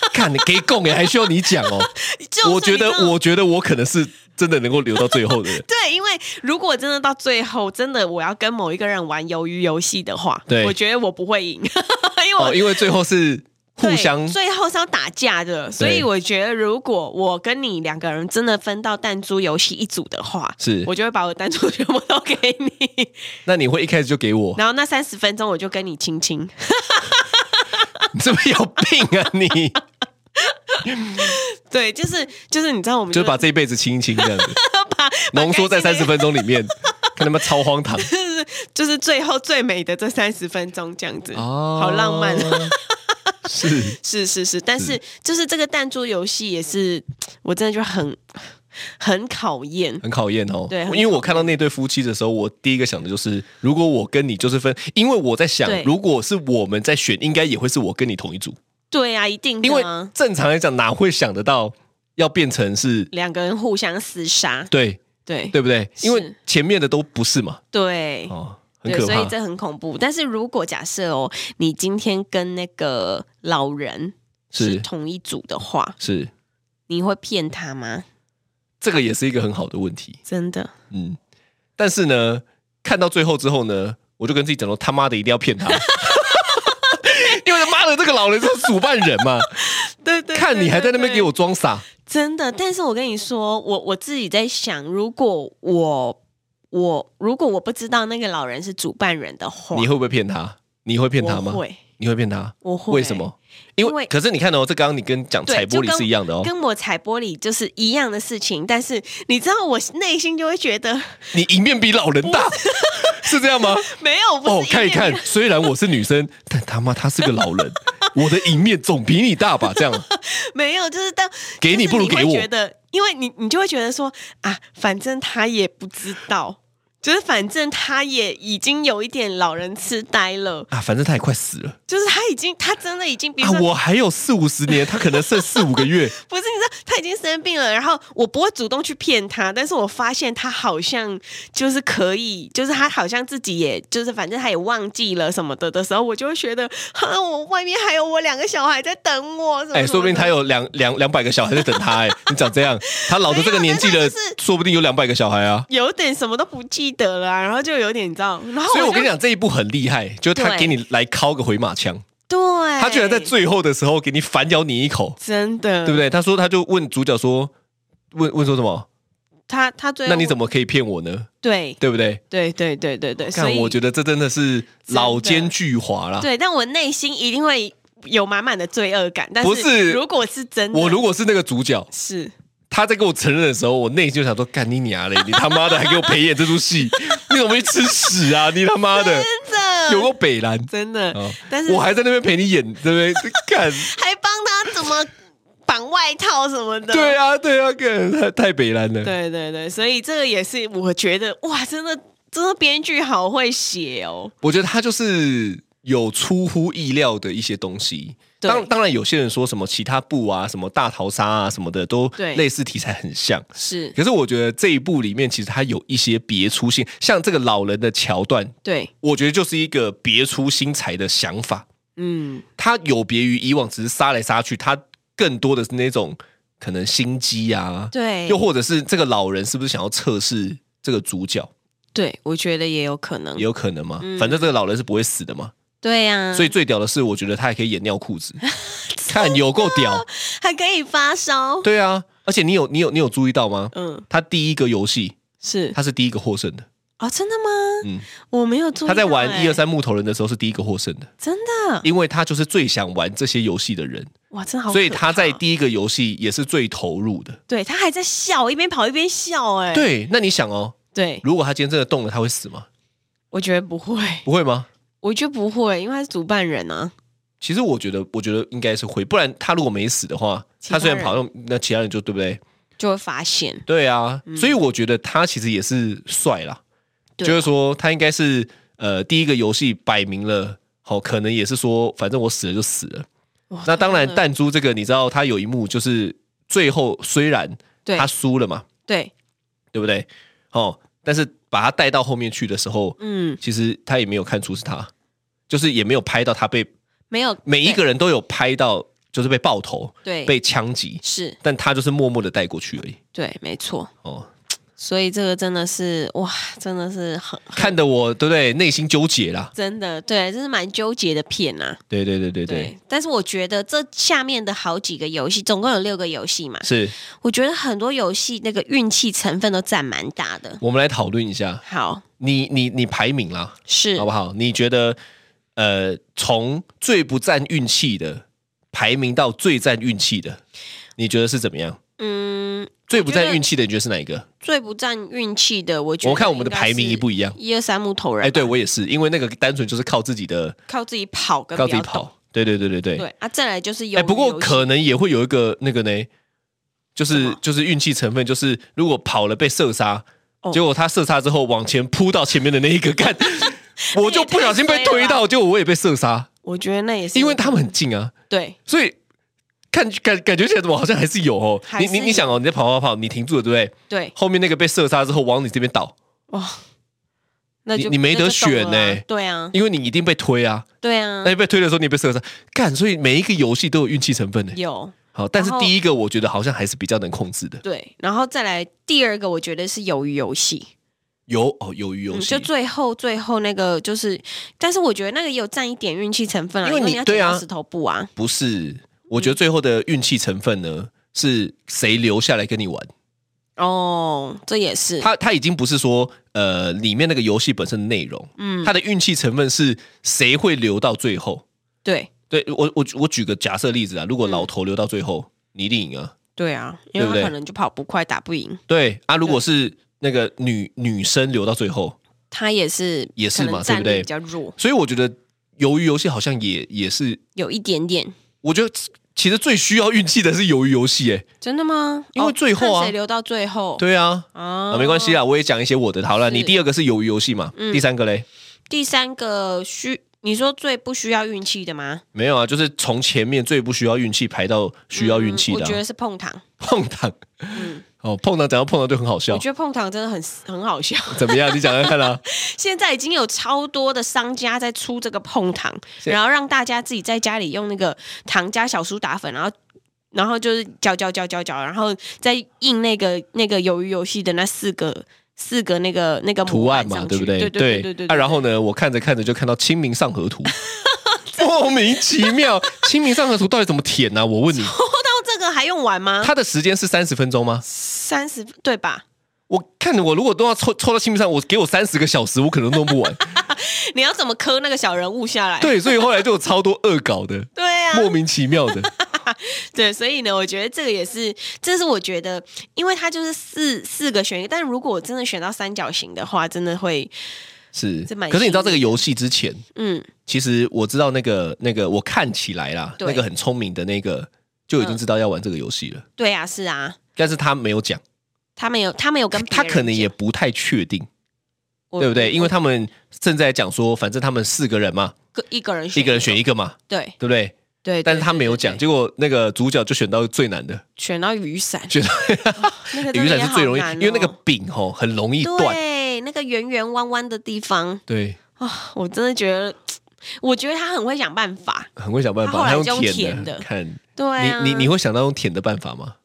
Speaker 3: [LAUGHS] 看，给供哎，还需要你讲哦？
Speaker 2: [LAUGHS] 就是
Speaker 3: 我觉
Speaker 2: 你
Speaker 3: 得
Speaker 2: 知道，。
Speaker 3: 我觉得我可能是真的能够留到最后的人
Speaker 2: [LAUGHS] 对，因为如果真的到最后，真的我要跟某一个人玩鱿鱼游戏的话，
Speaker 3: 对
Speaker 2: 我觉得我不会赢，因为我、
Speaker 3: 哦，因为最后是互
Speaker 2: 对
Speaker 3: 相
Speaker 2: 最后是要打架的，所以我觉得如果我跟你两个人真的分到弹珠游戏一组的话，
Speaker 3: 是
Speaker 2: 我就会把我的弹珠全部都给你， [LAUGHS]
Speaker 3: 那你会一开始就给我？
Speaker 2: 然后那三十分钟我就跟你亲亲，
Speaker 3: [LAUGHS] 你是不是有病啊你？
Speaker 2: [LAUGHS] 对，就是就是你知道我们
Speaker 3: 就是把这一辈子清一清
Speaker 2: [LAUGHS]
Speaker 3: 这样子，浓缩在三十分钟里面，看他妈超荒唐
Speaker 2: 就是最后最美的这三十分钟这样子，[LAUGHS]
Speaker 3: 哦
Speaker 2: 好浪漫。啊
Speaker 3: 是
Speaker 2: 是是是，但是就是这个弹珠游戏也是，我真的就很很考验。
Speaker 3: 很考验哦。
Speaker 2: 对很考
Speaker 3: 因
Speaker 2: 验
Speaker 3: 为我看到那对夫妻的时候，我第一个想的就是，如果我跟你就是分，因为我在想
Speaker 2: 对，
Speaker 3: 如果是我们在选，应该也会是我跟你同一组，
Speaker 2: 对啊，一定
Speaker 3: 因
Speaker 2: 的
Speaker 3: 为
Speaker 2: 啊，
Speaker 3: 正常来讲哪会想得到要变成是
Speaker 2: 两个人互相厮杀，
Speaker 3: 对
Speaker 2: 对
Speaker 3: 对不对？
Speaker 2: 是
Speaker 3: 因为前面的都不是嘛，
Speaker 2: 对
Speaker 3: 哦，很
Speaker 2: 对，
Speaker 3: 可
Speaker 2: 所以
Speaker 3: 怕。
Speaker 2: 这很恐怖。但是如果假设哦，你今天跟那个老人
Speaker 3: 是
Speaker 2: 是同一组的话，
Speaker 3: 是
Speaker 2: 你会骗他吗？
Speaker 3: 这个也是一个很好的问题。
Speaker 2: 真的，
Speaker 3: 嗯，但是呢，看到最后之后呢，我就跟自己讲说，他妈的一定
Speaker 2: [LAUGHS]
Speaker 3: 要骗他，因为他妈的这个老人是主办人嘛，
Speaker 2: 对对
Speaker 3: 看你还在那边给我装傻，
Speaker 2: 真的，但是我跟你说，我我自己在想，如果我我如果我不知道那个老人是主办人的话，
Speaker 3: 你会不会骗他？你会骗他吗
Speaker 2: 我？会，
Speaker 3: 你会骗他？
Speaker 2: 我会。
Speaker 3: 为什？么？因为
Speaker 2: 因为
Speaker 3: 可是你看哦，这刚刚你跟讲
Speaker 2: 对
Speaker 3: 踩玻
Speaker 2: 就
Speaker 3: 璃
Speaker 2: 跟
Speaker 3: 是一样的哦，
Speaker 2: 跟我踩玻璃就是一样的事情，但是你知道，我内心就会觉得
Speaker 3: 你赢面比老人大， [LAUGHS] 是这样
Speaker 2: [LAUGHS]
Speaker 3: 吗？
Speaker 2: 没有，不是
Speaker 3: 哦，看一
Speaker 2: 面
Speaker 3: 看，虽然我是女生，但他妈他是个
Speaker 2: [LAUGHS]
Speaker 3: 老人，我的赢面总比你大吧？这样
Speaker 2: 没有，就是当
Speaker 3: 给你
Speaker 2: 就是
Speaker 3: 不如给
Speaker 2: 会
Speaker 3: 我
Speaker 2: 觉得，因为你你就会觉得说啊，反正他也不知道，就是反正他也已经有一点老人痴呆了，
Speaker 3: 啊，反正他也快死了。
Speaker 2: 就是他已经他真的已经，比如
Speaker 3: 啊
Speaker 2: 说、，
Speaker 3: 我还有四五十年，他可能剩四五
Speaker 2: [LAUGHS]
Speaker 3: 个月，
Speaker 2: 不是你知道他已经生病了，然后我不会主动去骗他，但是我发现他好像就是可以，就是他好像自己也就是反正他也忘记了什么的的时候，我就会觉得，啊，我外面还有我两个小孩在等我，什么
Speaker 3: 哎、
Speaker 2: 什么
Speaker 3: 说不定
Speaker 2: 的
Speaker 3: 他有两两两百个小孩在等他、
Speaker 2: [LAUGHS]
Speaker 3: 哎，你长这样，他老的这个年纪
Speaker 2: 没
Speaker 3: 了，
Speaker 2: 有但他就是
Speaker 3: 说不定有两百个小孩啊。
Speaker 2: 有点什么都不记得了啊、然后就有点你知道，然后
Speaker 3: 所以我
Speaker 2: 就
Speaker 3: 跟你讲，这一步很厉害，就是他
Speaker 2: 对
Speaker 3: 给你来敲个回马枪，
Speaker 2: 对，
Speaker 3: 他居然在最后的时候给你反咬你一口，
Speaker 2: 真的，
Speaker 3: 对不
Speaker 2: 对？
Speaker 3: 对？他说他就问主角说，问问说什么？
Speaker 2: 他他最后
Speaker 3: 那你怎么可以骗我呢？
Speaker 2: 对
Speaker 3: 对不对？
Speaker 2: 对对对对对，所
Speaker 3: 看，
Speaker 2: 以
Speaker 3: 我觉得这真的是老奸巨猾啦。
Speaker 2: 对，但我内心一定会有满满的罪恶感。但
Speaker 3: 不是
Speaker 2: 如果是真的，
Speaker 3: 我如果是那个主角，
Speaker 2: 是
Speaker 3: 他在跟我承认的时候，我内心就想说：干你娘嘞！你他妈的还给我陪演这出戏，你怎么会吃屎啊？你他妈的
Speaker 2: [LAUGHS] 真的
Speaker 3: 有个北蓝
Speaker 2: 真的，
Speaker 3: 啊！
Speaker 2: 但是
Speaker 3: 我还在那边陪你演，对不对？干，
Speaker 2: 还帮他怎么绑外套什么的，
Speaker 3: 对啊，对啊，干太太北蓝了。
Speaker 2: 对对对，所以这个也是我觉得哇，真的真的编剧好会写哦，
Speaker 3: 我觉得他就是有出乎意料的一些东西。
Speaker 2: 对
Speaker 3: 当当然，有些人说什么其他部啊、什么大逃杀啊、什么的，都
Speaker 2: 对
Speaker 3: 类似题材很像。
Speaker 2: 是
Speaker 3: 可是我觉得这一部里面，其实它有一些别出性，像这个老人的桥段，
Speaker 2: 对，
Speaker 3: 我觉得就是一个别出心裁的想法。
Speaker 2: 嗯，
Speaker 3: 它有别于以往只是杀来杀去，它更多的是那种可能心机啊，
Speaker 2: 对
Speaker 3: 又，或者是这个老人是不是想要测试这个主角，
Speaker 2: 对我觉得也有可能
Speaker 3: 也，有可能嘛。
Speaker 2: 嗯
Speaker 3: 反正这个老人是不会死的嘛。
Speaker 2: 对呀、啊，
Speaker 3: 所以最屌的是，我觉得他还可以演尿
Speaker 2: [LAUGHS]
Speaker 3: 裤子，看有够屌。
Speaker 2: 还可以发烧，
Speaker 3: 对啊，而且你有你有你有注意到吗？
Speaker 2: 嗯，
Speaker 3: 他第一个游戏
Speaker 2: 是
Speaker 3: 他是第一个获胜的，
Speaker 2: 哦，真的吗？
Speaker 3: 嗯，
Speaker 2: 我没有注意、欸
Speaker 3: 他在玩一二，三木头人的时候是第一个获胜的，
Speaker 2: 真的，
Speaker 3: 因为他就是最想玩这些游戏的人，
Speaker 2: 哇，嗯真好可怕，哦
Speaker 3: 所以他在第一个游戏也是最投入的。
Speaker 2: 对他还在笑，一边跑一边笑、哎，
Speaker 3: 对，那你想哦，
Speaker 2: 对，
Speaker 3: 如果他今天真的动了，他会死吗？
Speaker 2: 我觉得不会，
Speaker 3: 不会吗？
Speaker 2: 我觉得不会，因为他是主办人啊，
Speaker 3: 其实我觉得，我觉得应该是会，不然他如果没死的话，
Speaker 2: 其他
Speaker 3: 他虽然
Speaker 2: 人
Speaker 3: 跑，那那其他人就对不对？
Speaker 2: 就会发现，
Speaker 3: 对啊，
Speaker 2: 嗯
Speaker 3: 所以我觉得他其实也是帅啦，
Speaker 2: 对啊
Speaker 3: 就是说他应该是呃第一个游戏摆明了，好、可能也是说反正我死了就死了。
Speaker 2: 哦哇
Speaker 3: 那当然
Speaker 2: 真的
Speaker 3: 弹珠这个你知道，他有一幕就是最后虽然
Speaker 2: 对
Speaker 3: 他输了嘛，
Speaker 2: 对，
Speaker 3: 对不对？哦，但是把他带到后面去的时候，
Speaker 2: 嗯，
Speaker 3: 其实他也没有看出是他，就是也没有拍到他被
Speaker 2: 没有
Speaker 3: 每一个人都有拍到，就是被爆头、
Speaker 2: 对
Speaker 3: 被枪击，
Speaker 2: 是
Speaker 3: 但他就是默默的带过去而已。
Speaker 2: 对，没错。
Speaker 3: 哦，
Speaker 2: 所以这个真的是哇，真的是很 [LAUGHS]
Speaker 3: 看得我对不对？内心纠结啦。
Speaker 2: 真的对，这是蛮纠结的片呐、啊。
Speaker 3: 对对对对对，
Speaker 2: 但是我觉得这下面的好几个游戏，总共有六个游戏嘛，
Speaker 3: 是
Speaker 2: 我觉得很多游戏那个运气成分都占蛮大的。
Speaker 3: 我们来讨论一下，
Speaker 2: 好，
Speaker 3: 你你你排名啦，
Speaker 2: 是
Speaker 3: 好不好？你觉得呃，从最不占运气的排名到最占运气的，你觉得是怎么样？
Speaker 2: 嗯，
Speaker 3: 最不
Speaker 2: 我觉
Speaker 3: 占
Speaker 2: 得
Speaker 3: 运气的，你觉得是哪一个？
Speaker 2: 最不占运气的，我觉得
Speaker 3: 我看我们的排名一不
Speaker 2: 一
Speaker 3: 一样。
Speaker 2: 一二三木头人吧，
Speaker 3: 哎，对我也是，因为那个单纯就是靠自己的，
Speaker 2: 靠自己跑跟
Speaker 3: 靠自己
Speaker 2: 比较懂，
Speaker 3: 跑。对对对对对。
Speaker 2: 对啊，再来就是有
Speaker 3: 哎，不过可能也会有一个那个呢，就
Speaker 2: 什
Speaker 3: 是
Speaker 2: 么
Speaker 3: 就是运气成分，就是如果跑了被射杀，
Speaker 2: 哦
Speaker 3: 结果他射杀之后往前扑到前面的那一个
Speaker 2: [LAUGHS]
Speaker 3: 干，我就不小心被推到，结果我也被射杀，
Speaker 2: 我觉得那也是
Speaker 3: 因为他们很近啊，
Speaker 2: 对
Speaker 3: 所以看感感觉起来怎么好像还是有哦。
Speaker 2: 还
Speaker 3: 你
Speaker 2: 是
Speaker 3: 你
Speaker 2: 有
Speaker 3: 你想哦，你在跑跑跑，你停住了对不对？
Speaker 2: 对
Speaker 3: 后面那个被射杀之后往你这边倒，
Speaker 2: 哇，那就
Speaker 3: 你你没得
Speaker 2: 那就懂
Speaker 3: 选
Speaker 2: 了啊
Speaker 3: 呢
Speaker 2: 对啊，
Speaker 3: 因为你一定被推啊，
Speaker 2: 对啊
Speaker 3: 那，你被推的时候你也被射杀，干，所以每一个游戏都有运气成分呢。
Speaker 2: 有
Speaker 3: 好，但是
Speaker 2: 然后
Speaker 3: 第一个我觉得好像还是比较能控制的，
Speaker 2: 对，然后再来第二个，我觉得是鱿鱼游戏。
Speaker 3: 有哦，鱿鱼游
Speaker 2: 嗯，
Speaker 3: 戏
Speaker 2: 就。最后最后那个就是，但是我觉得那个也有占一点运气成分啊，
Speaker 3: 因
Speaker 2: 因
Speaker 3: 为
Speaker 2: 为
Speaker 3: 你
Speaker 2: 要
Speaker 3: 对
Speaker 2: 剪
Speaker 3: 啊
Speaker 2: 刀石头布啊，
Speaker 3: 不是，
Speaker 2: 嗯
Speaker 3: 我觉得最后的运气成分呢，是谁留下来跟你玩。
Speaker 2: 哦，这也是，
Speaker 3: 他他已经不是说呃里面那个游戏本身的内容，
Speaker 2: 嗯，
Speaker 3: 他的运气成分是谁会留到最后。
Speaker 2: 对
Speaker 3: 对我我我举个假设例子啊，
Speaker 2: 嗯
Speaker 3: 如果老头留到最后，你一定赢啊。
Speaker 2: 对啊，因为
Speaker 3: 对
Speaker 2: 他
Speaker 3: 不对
Speaker 2: 可能就跑不快，打不赢，
Speaker 3: 对啊，如果是那个女女生留到最后，
Speaker 2: 他也是
Speaker 3: 也是嘛
Speaker 2: 可能战
Speaker 3: 对不对
Speaker 2: 力比较弱，
Speaker 3: 所以我觉得鱿鱼游戏好像也也是，
Speaker 2: 有一点点，
Speaker 3: 我觉得其实最需要运气的是鱿鱼游戏、欸，
Speaker 2: 真的吗？
Speaker 3: 因为
Speaker 2: 哦
Speaker 3: 最后啊
Speaker 2: 看谁留到最后？
Speaker 3: 对啊。
Speaker 2: 啊
Speaker 3: 啊，没关系
Speaker 2: 啊。
Speaker 3: 啦，我也讲一些我的。好了，
Speaker 2: 是
Speaker 3: 你第二个是鱿鱼游戏嘛？
Speaker 2: 嗯
Speaker 3: 第三个嘞？
Speaker 2: 第三个需你说最不需要运气的吗？
Speaker 3: 没有啊，就是从前面最不需要运气排到需要运气
Speaker 2: 嗯
Speaker 3: 的
Speaker 2: 我
Speaker 3: 啊、
Speaker 2: 觉得是碰糖，
Speaker 3: 碰糖。 [LAUGHS] 哦，碰糖，讲到碰糖就很好笑
Speaker 2: 我，觉得碰糖真的很很好笑。 [LAUGHS]
Speaker 3: 怎么样？你讲讲看啊。
Speaker 2: 现在已经有超多的商家在出这个碰糖，
Speaker 3: 是
Speaker 2: 然后让大家自己在家里用那个糖加小苏打粉，然后然后就是搅搅搅搅搅，然后再印那个那个鱿鱼游戏的那四个四个那个那个
Speaker 3: 图案
Speaker 2: 模
Speaker 3: 嘛，
Speaker 2: 哦上
Speaker 3: 对不
Speaker 2: 去对？
Speaker 3: 对
Speaker 2: 对对对对
Speaker 3: 啊，然后
Speaker 2: 呢？
Speaker 3: 呢，我看着看着就看到《清明上
Speaker 2: [LAUGHS]
Speaker 3: 河图》，莫名其妙，《清明上河图》到底怎么填呢、我问你，
Speaker 2: 到这个还用玩吗？
Speaker 3: 它的时间是三十分钟吗？
Speaker 2: 三十对吧？
Speaker 3: 我看我如果都要抽抽到清明上，我给我三十个小时，我可能弄不
Speaker 2: [LAUGHS]
Speaker 3: 完。
Speaker 2: 你要怎么磕那个小人物下来？
Speaker 3: 对，所以后来就有超多恶搞的，
Speaker 2: 对啊，
Speaker 3: 莫名
Speaker 2: [LAUGHS]
Speaker 3: 其妙的。
Speaker 2: 对，所以呢，我觉得这个也是，这是我觉得，因为它就是四四个选一个，但如果我真的选到三角形的话，真的会
Speaker 3: 是，
Speaker 2: 这蛮
Speaker 3: 可是你知道
Speaker 2: 新
Speaker 3: 这个游戏之前，
Speaker 2: 嗯。
Speaker 3: 其实我知道那个那个，我看起来啦，
Speaker 2: 对嗯
Speaker 3: 那个很聪明的那个就已经知道要玩这个游戏了，
Speaker 2: 对啊，是啊，
Speaker 3: 但是他没有讲，
Speaker 2: 他没有，他没有跟别
Speaker 3: 他
Speaker 2: 人
Speaker 3: 可能也
Speaker 2: 讲
Speaker 3: 不太确定，
Speaker 2: 我
Speaker 3: 对不对？因为
Speaker 2: 我
Speaker 3: 他们正在讲说，反正他们四个人嘛，
Speaker 2: 个一个人选
Speaker 3: 一个人选一个嘛，
Speaker 2: 对
Speaker 3: 对不对？
Speaker 2: 对，
Speaker 3: 但是
Speaker 2: 对
Speaker 3: 他没有
Speaker 2: 对对
Speaker 3: 讲，
Speaker 2: 对
Speaker 3: 结果那个主角就选到最难的，
Speaker 2: 选到雨
Speaker 3: [LAUGHS]
Speaker 2: 伞，
Speaker 3: 选到
Speaker 2: 那个哦真的
Speaker 3: 雨伞
Speaker 2: 也
Speaker 3: 是最容易
Speaker 2: 好难，哦
Speaker 3: 因为那个柄吼很容易断，
Speaker 2: 对那个圆圆弯弯的地方
Speaker 3: 对，
Speaker 2: 啊，我真的觉得，我觉得他很会想办法。
Speaker 3: 很会想办
Speaker 2: 他
Speaker 3: 法，
Speaker 2: 后来
Speaker 3: 他
Speaker 2: 就用
Speaker 3: 用舔
Speaker 2: 舔的
Speaker 3: 看
Speaker 2: 对啊，
Speaker 3: 你你你会想到用舔的办法吗？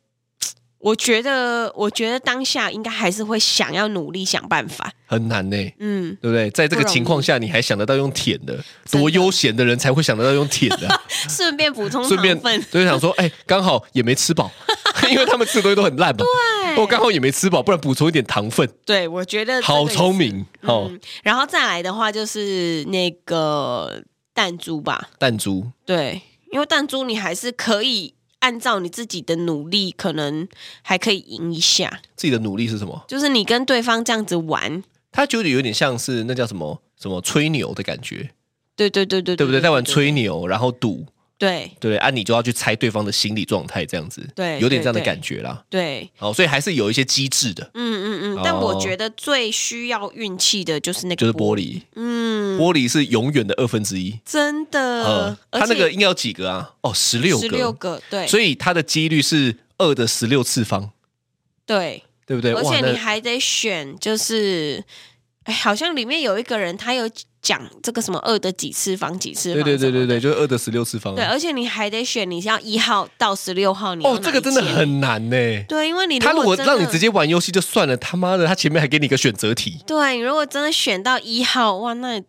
Speaker 2: 我觉得，我觉得当下应该还是会想要努力想办法。
Speaker 3: 很难呢、
Speaker 2: 嗯，
Speaker 3: 对不对？在这个
Speaker 2: 不容易
Speaker 3: 情况下，你还想得到用舔的，
Speaker 2: 的
Speaker 3: 多悠闲的人才会想得到用舔的啊、
Speaker 2: [LAUGHS] 顺便补充
Speaker 3: 顺便
Speaker 2: 糖分， [LAUGHS]
Speaker 3: 就是想说，哎、刚好也没吃饱， [LAUGHS] 因为他们吃的东西都很烂嘛。对我刚好也没吃饱，不然补充一点糖分，
Speaker 2: 对我觉得这个
Speaker 3: 好
Speaker 2: 也是
Speaker 3: 聪明哦！
Speaker 2: 嗯，然后再来的话就是那个弹珠吧，
Speaker 3: 弹珠
Speaker 2: 对，因为弹珠你还是可以按照你自己的努力，可能还可以赢一下。
Speaker 3: 自己的努力是什么？
Speaker 2: 就是你跟对方这样子玩，
Speaker 3: 他觉得有点像是那叫什么什么吹牛的感觉，
Speaker 2: 对对嗯对对，
Speaker 3: 对不对？在玩，吹牛，然后赌，
Speaker 2: 对
Speaker 3: 对不对啊，你就要去猜对方的心理状态，这样子，
Speaker 2: 对
Speaker 3: 有点这样
Speaker 2: 对
Speaker 3: 的
Speaker 2: 对
Speaker 3: 感觉啦。
Speaker 2: 对，
Speaker 3: 哦，所以还是有一些机制的，
Speaker 2: 嗯嗯
Speaker 3: 哦
Speaker 2: 嗯。但我觉得最需要运气的就是那个，
Speaker 3: 就是玻，璃，
Speaker 2: 嗯，
Speaker 3: 玻璃是永远的二分之一。
Speaker 2: 真
Speaker 3: 呃
Speaker 2: 的，，
Speaker 3: 他那个应该有几个啊？哦，十六
Speaker 2: 十
Speaker 3: 个，
Speaker 2: 六个，对，
Speaker 3: 所
Speaker 2: 以
Speaker 3: 以它的几率是二的十六次方，
Speaker 2: 对，
Speaker 3: 对不对？
Speaker 2: 而
Speaker 3: 哇，
Speaker 2: 且
Speaker 3: 那
Speaker 2: 你还得选，就是哎，好像里面有一个人，他有讲这个什么二的几次方几次方，
Speaker 3: 对对对对对，就是二的十六次方
Speaker 2: 对，
Speaker 3: 啊。
Speaker 2: 而且你还得选你是要一号到十六号，你要
Speaker 3: 哦，这
Speaker 2: 哪
Speaker 3: 个
Speaker 2: 一
Speaker 3: 真的
Speaker 2: 间
Speaker 3: 很难呢。
Speaker 2: 对，因为你
Speaker 3: [LAUGHS] 他如果
Speaker 2: 真
Speaker 3: 让你
Speaker 2: 的
Speaker 3: 直接玩游戏就算了，他妈的，他前面还给你一个选择题。
Speaker 2: 对，你如果真的选到一号，哇，那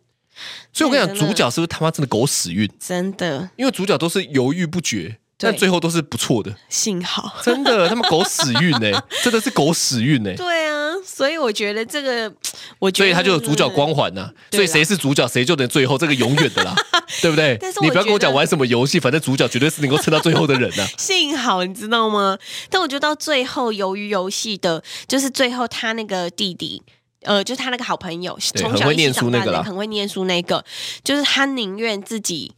Speaker 3: 所以我跟
Speaker 2: 对
Speaker 3: 你讲，
Speaker 2: 真的
Speaker 3: 主角是不是他妈真的狗屎运？
Speaker 2: 真的
Speaker 3: 因为主角都是犹豫不决，
Speaker 2: 对
Speaker 3: 但最后都是不
Speaker 2: [LAUGHS]
Speaker 3: 错的，
Speaker 2: 幸好。
Speaker 3: 真的，他们狗屎运哎、
Speaker 2: [LAUGHS]
Speaker 3: 真的是狗屎运哎、
Speaker 2: 对啊，所以我觉得这个，我觉
Speaker 3: 所
Speaker 2: 得
Speaker 3: 以他就有主角光环呐、
Speaker 2: 啊对啦
Speaker 3: 所以谁是主角，谁就能最后这个永远
Speaker 2: [LAUGHS]
Speaker 3: 的啦，对不对
Speaker 2: 但是？我
Speaker 3: 你不要跟我
Speaker 2: 觉得
Speaker 3: 讲玩什么游戏，反正主角绝对是能够撑到最后的人啊呐、
Speaker 2: 幸好，你知道吗？但我觉得到最后，由于游戏的，就是最后他那个弟弟，呃，就是他那个好朋友，
Speaker 3: 对
Speaker 2: 从
Speaker 3: 很
Speaker 2: 小
Speaker 3: 会
Speaker 2: 一起
Speaker 3: 念
Speaker 2: 长
Speaker 3: 书
Speaker 2: 大
Speaker 3: 那个
Speaker 2: 的，
Speaker 3: 啦
Speaker 2: 很会念书那个，就是他宁愿自己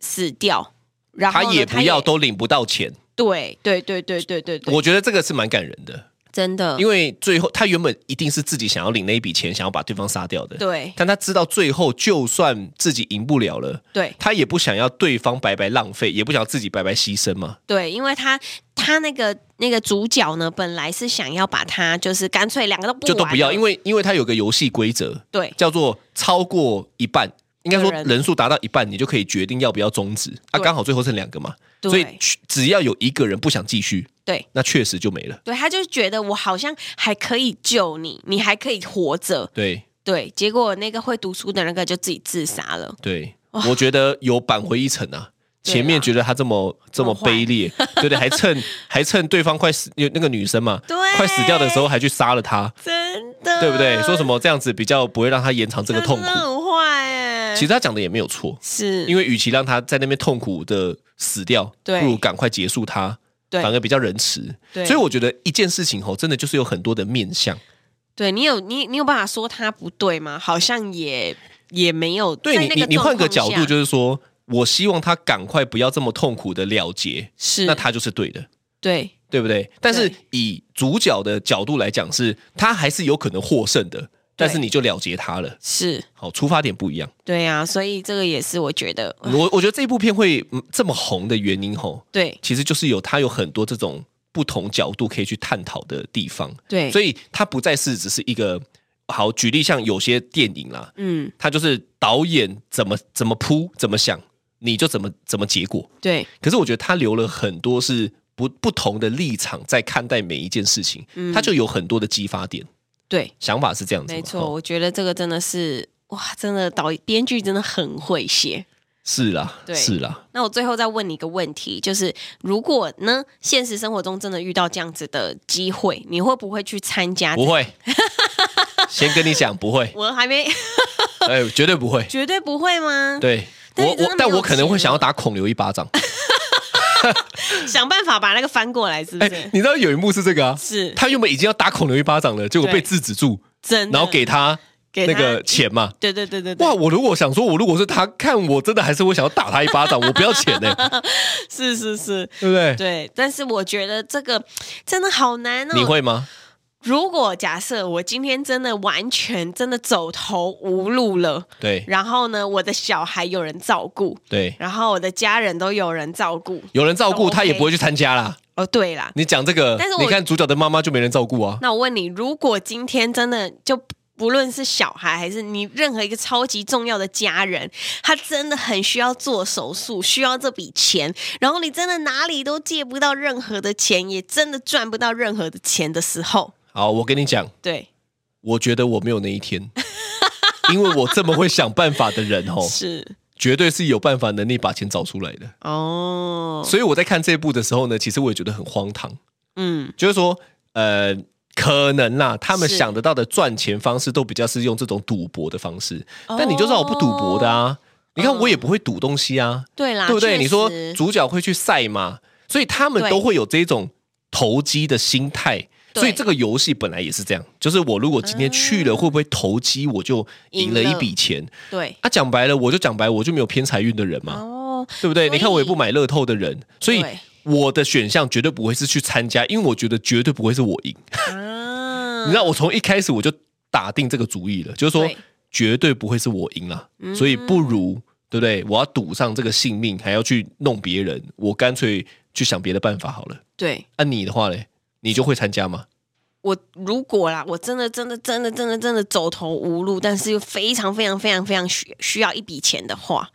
Speaker 2: 死掉， [LAUGHS] 然后
Speaker 3: 他
Speaker 2: 呢
Speaker 3: 也不要，都领不到钱，
Speaker 2: 对对对对对对对，
Speaker 3: 我觉得这个是蛮感人的，
Speaker 2: 真的，
Speaker 3: 因为最后他原本一定是自己想要领那一笔钱，想要把对方杀掉的，
Speaker 2: 对
Speaker 3: 但他知道最后就算自己赢不了了，
Speaker 2: 对
Speaker 3: 他也不想要对方白白浪费，也不想要自己白白牺牲嘛。
Speaker 2: 对，因为他他那个那个主角呢，本来是想要把他就是干脆两个都不
Speaker 3: 就都
Speaker 2: 玩
Speaker 3: 不要，
Speaker 2: 了
Speaker 3: 因为因为它有个游戏规则
Speaker 2: 对
Speaker 3: 叫做超过一半，应该说
Speaker 2: 个人
Speaker 3: 人数达到一半，你就可以决定要不要终止。啊，
Speaker 2: 对
Speaker 3: 刚好最后剩两个嘛，
Speaker 2: 对
Speaker 3: 所以只要有一个人不想继续，
Speaker 2: 对，
Speaker 3: 那确实就没了。
Speaker 2: 对，他就觉得我好像还可以救你，你还可以活着。
Speaker 3: 对
Speaker 2: 对，结果那个会读书的那个就自己自杀了。
Speaker 3: 对，
Speaker 2: 哇
Speaker 3: 我觉得有扳回一城啊。
Speaker 2: 对啊
Speaker 3: 前面觉得他这么这么
Speaker 2: 这么坏
Speaker 3: 卑劣，对不对？还趁还趁对方快死，有那个女生嘛，
Speaker 2: [LAUGHS] 对
Speaker 3: 快死掉的时候还去杀了他，
Speaker 2: 真的，
Speaker 3: 对不对？说什
Speaker 2: 么
Speaker 3: 么这样子比较不会让他延长这个痛苦
Speaker 2: 真的。很坏哎、
Speaker 3: 其实他讲的也没有错，
Speaker 2: 是
Speaker 3: 因
Speaker 2: 为
Speaker 3: 为与其让他在那边痛苦的死掉，
Speaker 2: 对
Speaker 3: 不如赶快结束他，
Speaker 2: 对
Speaker 3: 反而比较仁慈。
Speaker 2: 对
Speaker 3: 所以我觉得一件事情吼，真的就是有很多的面向。
Speaker 2: 对你有你你有办法说他不对吗？好像也也没有。
Speaker 3: 对
Speaker 2: 在
Speaker 3: 你，
Speaker 2: 那
Speaker 3: 你你换个
Speaker 2: 状
Speaker 3: 角
Speaker 2: 况
Speaker 3: 度，
Speaker 2: 下
Speaker 3: 就是说我希望他赶快不要这么痛苦的了结，
Speaker 2: 是
Speaker 3: 那他就是对的。
Speaker 2: 对
Speaker 3: 对不对？但是
Speaker 2: 对
Speaker 3: 以主角的角度来讲是，他还是有可能获胜的，但是你就了结他了。
Speaker 2: 是，
Speaker 3: 好，出发点不一样。
Speaker 2: 对啊，所以这个也是我觉得
Speaker 3: 我我觉得这部片会嗯这么红的原因吼，
Speaker 2: 对
Speaker 3: 其实就是有它有很多这种不同角度可以去探讨的地方，
Speaker 2: 对，
Speaker 3: 所
Speaker 2: 以
Speaker 3: 以它不再是只是一个好举例，像有些电影啦，
Speaker 2: 嗯
Speaker 3: 它就是导演怎么怎么铺怎么想，你就怎么怎么结果。
Speaker 2: 对
Speaker 3: 可是我觉得它留了很多是不不同的立场在看待每一件事情，它就有很多的激发点，
Speaker 2: 对，
Speaker 3: 想法是这样子
Speaker 2: 嗯
Speaker 3: 嘛，
Speaker 2: 没错，
Speaker 3: 哦，
Speaker 2: 我觉得这个真的是哇，真的导编剧真的很会写。
Speaker 3: 是啦，
Speaker 2: 对
Speaker 3: 是啦，
Speaker 2: 那我最后再问你一个问题，就是如果呢，现实生活中真的遇到这样子的机会，你会不会去参加？
Speaker 3: 不，会。先跟你讲，
Speaker 2: [LAUGHS]
Speaker 3: 不会，
Speaker 2: 我还没，。
Speaker 3: 哎，绝对不会
Speaker 2: 绝对不会吗？
Speaker 3: 对
Speaker 2: 但
Speaker 3: 我
Speaker 2: 是真的
Speaker 3: 我，但
Speaker 2: 没有
Speaker 3: 我可能会
Speaker 2: 钱啊
Speaker 3: 想要
Speaker 2: 了
Speaker 3: 打孔刘一巴掌。
Speaker 2: 想办法把那个翻过来，是不
Speaker 3: 哎、
Speaker 2: 是？
Speaker 3: 你知道有一幕是这个啊，
Speaker 2: 是
Speaker 3: 他原本已经要打孔刘一巴掌了，结果被
Speaker 2: 对
Speaker 3: 制止住，
Speaker 2: 真的，
Speaker 3: 然后给他
Speaker 2: 给
Speaker 3: 那
Speaker 2: 他
Speaker 3: 个钱嘛。
Speaker 2: 对对对对对，
Speaker 3: 哇！我如果想说，我如果是他，看我真的还是会想要打他一巴掌，我不要钱
Speaker 2: [LAUGHS]
Speaker 3: 呢、
Speaker 2: 是是是，
Speaker 3: 对不对？
Speaker 2: 对。但是我觉得这个真的好难哦。
Speaker 3: 你会吗？
Speaker 2: 如果假设我今天真的完全真的走投无路了，
Speaker 3: 对
Speaker 2: 然后呢，我的小孩有人照顾，
Speaker 3: 对，
Speaker 2: 然后我的家人都有人照顾。
Speaker 3: 有人照顾
Speaker 2: 都
Speaker 3: 他也
Speaker 2: OK
Speaker 3: 不会去参加啦。
Speaker 2: 哦，对啦，
Speaker 3: 你讲这个
Speaker 2: 但是，我
Speaker 3: 你看主角的妈妈就没人照顾啊。
Speaker 2: 那我问你，如果今天真的就不论是小孩还是你任何一个超级重要的家人，他真的很需要做手术，需要这笔钱，然后你真的哪里都借不到任何的钱，也真的赚不到任何的钱的时候，
Speaker 3: 好，我跟你讲，
Speaker 2: 对，
Speaker 3: 我觉得我没有那一
Speaker 2: [LAUGHS]
Speaker 3: 天，因为我这么会想办法的人哦，
Speaker 2: 是
Speaker 3: 绝对是有办法能力把钱找出来的。
Speaker 2: 哦，
Speaker 3: 所以我在看这部的时候呢，其实我也觉得很荒唐。
Speaker 2: 嗯，
Speaker 3: 就是说，呃，可能啦，他们
Speaker 2: 是
Speaker 3: 想得到的赚钱方式都比较是用这种赌博的方式。
Speaker 2: 哦
Speaker 3: 但你就知道我不赌博的啊，你看我也不会赌东西啊，
Speaker 2: 对啦，
Speaker 3: 对不对？
Speaker 2: 哦确
Speaker 3: 你说
Speaker 2: 实
Speaker 3: 主角会去赛马，所以他们
Speaker 2: 对
Speaker 3: 都会有这种投机的心态。
Speaker 2: 对嗯
Speaker 3: 所以这个游戏本来也是这样，就是我如果今天去了，会不会投机我就赢了
Speaker 2: 赢
Speaker 3: 一
Speaker 2: 了
Speaker 3: 笔钱？
Speaker 2: 对
Speaker 3: 啊，讲白了，我就讲白，我就没有偏财运的人嘛。
Speaker 2: 哦，
Speaker 3: 对不对？
Speaker 2: 所以
Speaker 3: 你看我也不买乐透的人，所以
Speaker 2: 对
Speaker 3: 我的选项绝对不会是去参加，因为我觉得绝对不会是我赢。
Speaker 2: 啊，
Speaker 3: 你知道，我从一开始我就打定这个主意了，就是说
Speaker 2: 对嗯
Speaker 3: 绝对不会是我赢了，所以不如对不对？我要赌上这个性命，还要去弄别人，我干脆去想别的办法好了。
Speaker 2: 对，
Speaker 3: 按、你的话嘞，你就会参加吗？
Speaker 2: 我如果啦，我真的真的真的真的真的走投无路，但是又非常非常非常非常需需要一笔钱的话，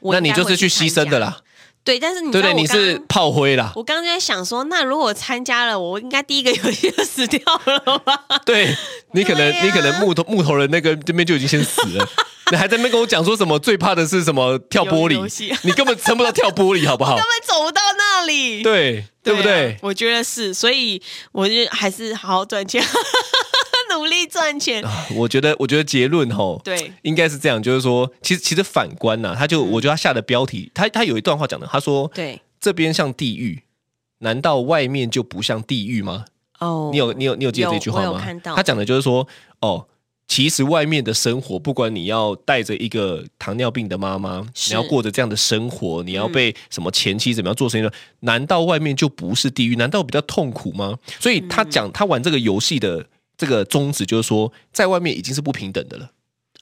Speaker 2: 我
Speaker 3: 那你
Speaker 2: 应该
Speaker 3: 就
Speaker 2: 会
Speaker 3: 是去牺
Speaker 2: 参加
Speaker 3: 牲
Speaker 2: [LAUGHS]
Speaker 3: 的。啦，
Speaker 2: 对，但是你
Speaker 3: 对不对？你
Speaker 2: 知道我
Speaker 3: 是
Speaker 2: 刚
Speaker 3: 炮
Speaker 2: [LAUGHS]
Speaker 3: 灰啦，
Speaker 2: 我刚刚就在想说，那如果我参加了，我应该第一个游戏就死掉了吧？ [LAUGHS]
Speaker 3: 对你可能、
Speaker 2: 对啊
Speaker 3: 你可能木头木头人那个这边就已经先死
Speaker 2: [LAUGHS]
Speaker 3: 了，你还在那边跟我讲说什么最怕的是什么跳玻
Speaker 2: 游游戏
Speaker 3: 璃，你根本撑不到跳玻璃，好不
Speaker 2: [LAUGHS]
Speaker 3: 好
Speaker 2: 根？本走不到那里，
Speaker 3: 对对不
Speaker 2: 啊
Speaker 3: 对？
Speaker 2: 我觉得是，所以我就还是好好赚钱， [LAUGHS] 努力赚钱。
Speaker 3: [LAUGHS] 啊我觉得我觉得结论吼，
Speaker 2: 对
Speaker 3: 应该是这样，就是说，其实其实反观呐、他就我觉得他下的标题，他他有一段话讲的，他说
Speaker 2: 嗯对，
Speaker 3: 这边像地狱，难道外面就不像地狱吗？
Speaker 2: 哦，
Speaker 3: 你有你有你有记得这句话
Speaker 2: 有我
Speaker 3: 吗
Speaker 2: 有看？到
Speaker 3: 他讲的就是说，哦，其实外面的生活，不管你要带着一个糖尿病的妈妈，
Speaker 2: 是嗯
Speaker 3: 你要过着这样的生活，你要被什么前妻怎么样做生意的，难道外面就不是地狱？难道比较痛苦吗？所以
Speaker 2: 嗯
Speaker 3: 他讲、他玩这个游戏的这个宗旨就是说，在外面已经是不平等的了，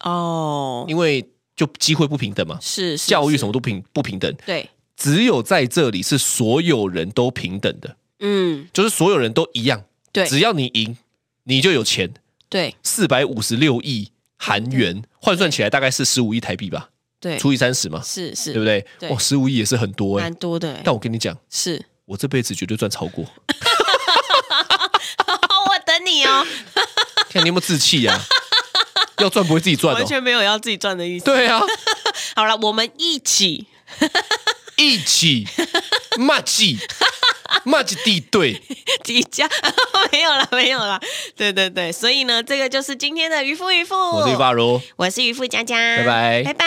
Speaker 2: 哦，
Speaker 3: 因为就机会不平等嘛，
Speaker 2: 是是
Speaker 3: 教育什
Speaker 2: 么？
Speaker 3: 么都平不平等，
Speaker 2: 对，
Speaker 3: 只有在这里是所有人都平等的，
Speaker 2: 嗯，
Speaker 3: 就是所有人都一样，
Speaker 2: 对
Speaker 3: 只要你赢，你就有钱。
Speaker 2: 对
Speaker 3: 四百五十六亿韩元，换算起来大概是十五亿台币吧，
Speaker 2: 对，
Speaker 3: 除以三十嘛，
Speaker 2: 是
Speaker 3: 对
Speaker 2: 是
Speaker 3: 不对？
Speaker 2: 对
Speaker 3: 哇，十五亿也是很多哎、
Speaker 2: 蛮多的欸，
Speaker 3: 但我跟你讲，
Speaker 2: 是。
Speaker 3: 我这辈子绝对赚超
Speaker 2: [LAUGHS]
Speaker 3: 过。[LAUGHS]
Speaker 2: 我等你 [LAUGHS] 哦，
Speaker 3: 看你有没有志气啊？要赚不会自己赚
Speaker 2: 完
Speaker 3: 哦。
Speaker 2: 全没有要自己赚的意思。
Speaker 3: 对啊，
Speaker 2: 好了，我们一起
Speaker 3: 一
Speaker 2: [LAUGHS]
Speaker 3: 起骂鸡，骂鸡地对，
Speaker 2: 底价 [LAUGHS] 没有了，没有了。对对对，所以呢，这个就是今天的渔夫渔夫，
Speaker 3: 我是巴罗。
Speaker 2: 我是渔夫佳佳，
Speaker 3: 拜拜
Speaker 2: 拜拜。